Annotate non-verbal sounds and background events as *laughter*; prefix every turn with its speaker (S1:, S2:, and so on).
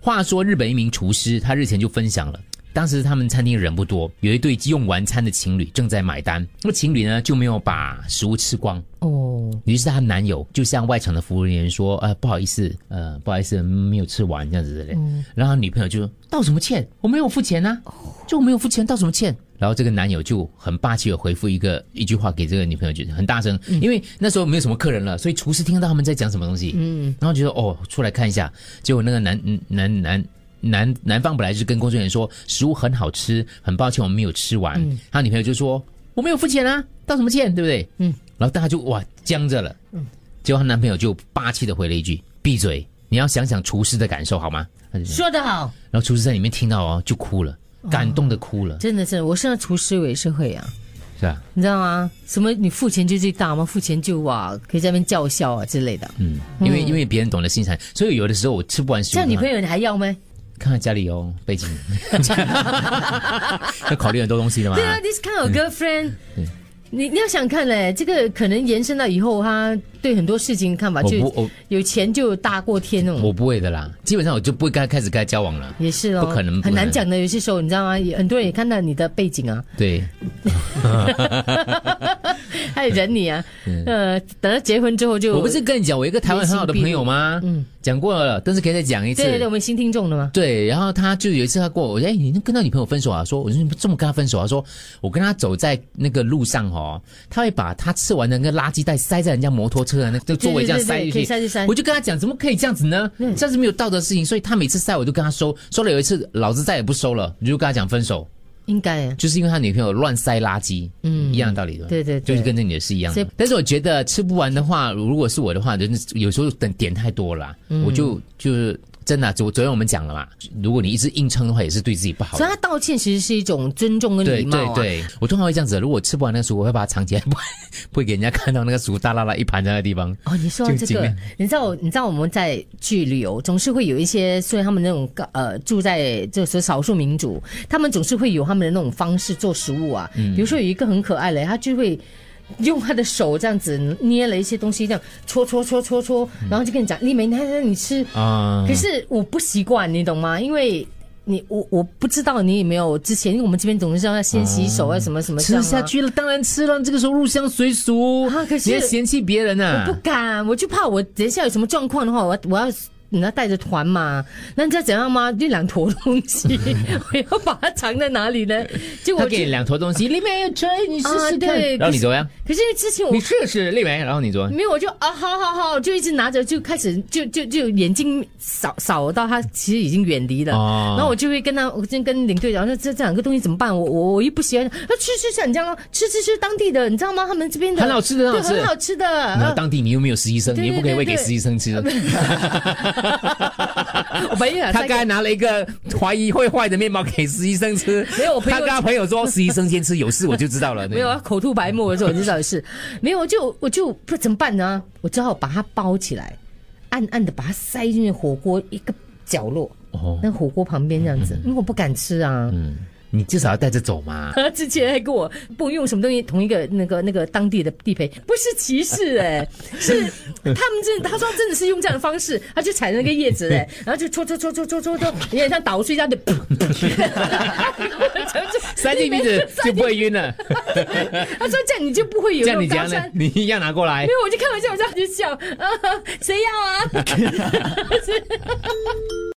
S1: 话说，日本一名厨师他日前就分享了。当时他们餐厅人不多，有一对用完餐的情侣正在买单，那情侣呢就没有把食物吃光，
S2: 哦，
S1: 于是她男友就向外场的服务人员说：“呃，不好意思，呃，不好意思，没有吃完这样子之类。然后她女朋友就说：“道什么歉？我没有付钱呐、就我没有付钱，道什么歉？”然后这个男友就很霸气的回复一个一句话给这个女朋友，就很大声，因为那时候没有什么客人了，所以厨师听到他们在讲什么东西，嗯，然后就说：“哦，出来看一下。”结果那个男嗯男男。男男方本来是跟工作人员说食物很好吃，很抱歉我们没有吃完。他女朋友就说我没有付钱啊，道什么歉，对不对？嗯，然后大家就哇僵着了。嗯，结果她男朋友就霸气的回了一句：“闭嘴，你要想想厨师的感受好吗？”她就这样
S2: 说得好，
S1: 然后厨师在里面听到哦，就哭了，感动的哭了，
S2: 真的是，我现在厨师我也是会啊，
S1: 是吧？
S2: 你知道吗？什么你付钱就最大吗？付钱就哇，可以在那边叫嚣啊之类的。
S1: 嗯，因为因为别人懂得欣赏，所以有的时候我吃不完食物，
S2: 这样女朋友你还要吗？
S1: 看看家里有背景， *laughs* 要考虑很多东西的嘛
S2: 对。啊，this kind of girlfriend，、你
S1: 嗯
S2: 你要想看嘞，这个可能延伸到以后，他对很多事情看法
S1: 我
S2: 就
S1: 不我
S2: 有钱就大过天那种。
S1: 我不会的啦，基本上我就不会跟他开始跟他交往了。
S2: 也是哦，
S1: 不可能
S2: 很
S1: 不可
S2: 难
S1: 能
S2: 讲的。有些时候你知道吗？也很多人也看到你的
S1: *laughs*
S2: 背景啊，
S1: 对，
S2: 还有忍你啊，呃，等到结婚之后就
S1: 嗯我不是跟你讲，我一个台湾很好的朋友吗？嗯，讲过了，但是可以再讲一次。
S2: 对对对，我们新听众的吗？
S1: 对，然后他就有一次他跟我，哎，你跟他女朋友分手啊？说，我说你这么跟他分手啊？说我跟他走在那个路上哦，他会把他吃完的那个垃圾袋塞在人家摩托车的那个座位这样塞进
S2: *laughs* 对对对对可以
S1: 去，
S2: 塞就塞嗯
S1: 我就跟他讲，怎么可以这样子呢？这样是没有道德的事情，所以他每次塞我就跟他收，收了有一次老子再也不收了，我就跟他讲分手，
S2: 应该啊，
S1: 就是因为他女朋友乱塞垃圾，嗯，一样的道理的。
S2: 对对对
S1: 就是跟那女的是一样
S2: 所
S1: 的
S2: 以。
S1: 但是我觉得吃不完的话，如果是我的话，就是有时候等点太多了啊，
S2: 嗯
S1: 我就就是真的啊，昨昨天我们讲了嘛，如果你一直硬撑的话，也是对自己不好
S2: 所以
S1: 的。
S2: 他道歉其实是一种尊重跟
S1: 对
S2: 礼貌
S1: 对
S2: 啊。
S1: 对，我通常会这样子，如果吃不完那个书，我会把它藏起来， *laughs* 不会不会给人家看到那个书大拉拉一盘在那个地方。
S2: 哦，你说到
S1: 就
S2: 这
S1: 尽
S2: 个
S1: 量，
S2: 你知道我，你知道我们在去旅游，总是会有一些，虽然他们那种呃住在就是少数民族，他们总是会有他们的那种方式做食物啊。
S1: 嗯
S2: 比如说有一个很可爱的，他就会用他的手这样子捏了一些东西，这样搓搓搓搓搓，然后就跟你讲，丽梅，你看你吃。
S1: 啊、
S2: 可是我不习惯，你懂吗？因为你我我不知道你有没有之前，因为我们这边总是要先洗手啊，什么什么这
S1: 嗯吃
S2: 样啊
S1: 下去了，当然吃了，这个时候入乡随俗
S2: 啊可是
S1: 你还嫌弃别人啊
S2: 不
S1: 呐、
S2: 敢，我就怕我等一下有什么状况的话，我要我要。你要带着团嘛？那你知道怎样吗？就两坨东西， *laughs* 我要把它藏在哪里呢？就
S1: 他
S2: 我
S1: 给你
S2: 就
S1: 两坨东
S2: *laughs*
S1: 西，丽梅有吃，你试
S2: 啊
S1: 试看。
S2: 对
S1: 然后你怎么样？
S2: 可是因为之前我
S1: 你试试丽梅，然后你怎么样？
S2: 没有，我就啊，好好好，就一直拿着，就开始就就就眼睛扫扫到他其实已经远离了。
S1: 哦
S2: 然后我就会跟他，我就跟领队讲，那这这两个东西怎么办？我我我又不喜欢，啊吃吃吃，你这样啊吃吃吃当地的，你知道吗？他们这边的
S1: 很好吃的
S2: 对
S1: 很好吃
S2: 很好吃的。
S1: 然
S2: 啊
S1: 后当地你又没有实习生，
S2: 对
S1: 你又不可以喂给
S2: 对对
S1: 实习生吃。
S2: *laughs* 呃我本来想
S1: 他
S2: 再
S1: 刚才拿了一个怀疑会坏的面包给实习生吃，
S2: *laughs* 没有我朋友
S1: 他跟他朋友说实习生先吃，有
S2: *laughs*
S1: 事我就知道了。
S2: 没有啊，口吐白沫的时候我就知道
S1: *laughs*
S2: 是，没有，我就我就不怎么办呢？我只好把它包起来，暗暗的把它塞进去火锅一个角落，
S1: 哦，
S2: 那火锅旁边这样子，因为我不敢吃啊。
S1: 嗯，你至少要带着走
S2: *laughs*
S1: 嘛。
S2: 他之前还跟我不用什么东西，同一个那个那个当地的地陪，不是歧视哎、
S1: *laughs*
S2: 是他们真的，他说真的是用这样的方式，他就踩那个叶子哎、
S1: 嗯
S2: 然后就搓搓搓搓搓搓搓，有点像捣碎这
S1: *laughs*
S2: 样的， *laughs* 噗我就
S1: 塞进鼻子就不会晕了，
S2: 他说这样你就不 *laughs* 会有
S1: 这
S2: 那
S1: 样你
S2: 种
S1: 怎
S2: 高
S1: 样呢
S2: 山？
S1: 你一样拿过来
S2: 没。有，我 *laughs* 就开玩笑，我这样就笑，啊，谁要啊？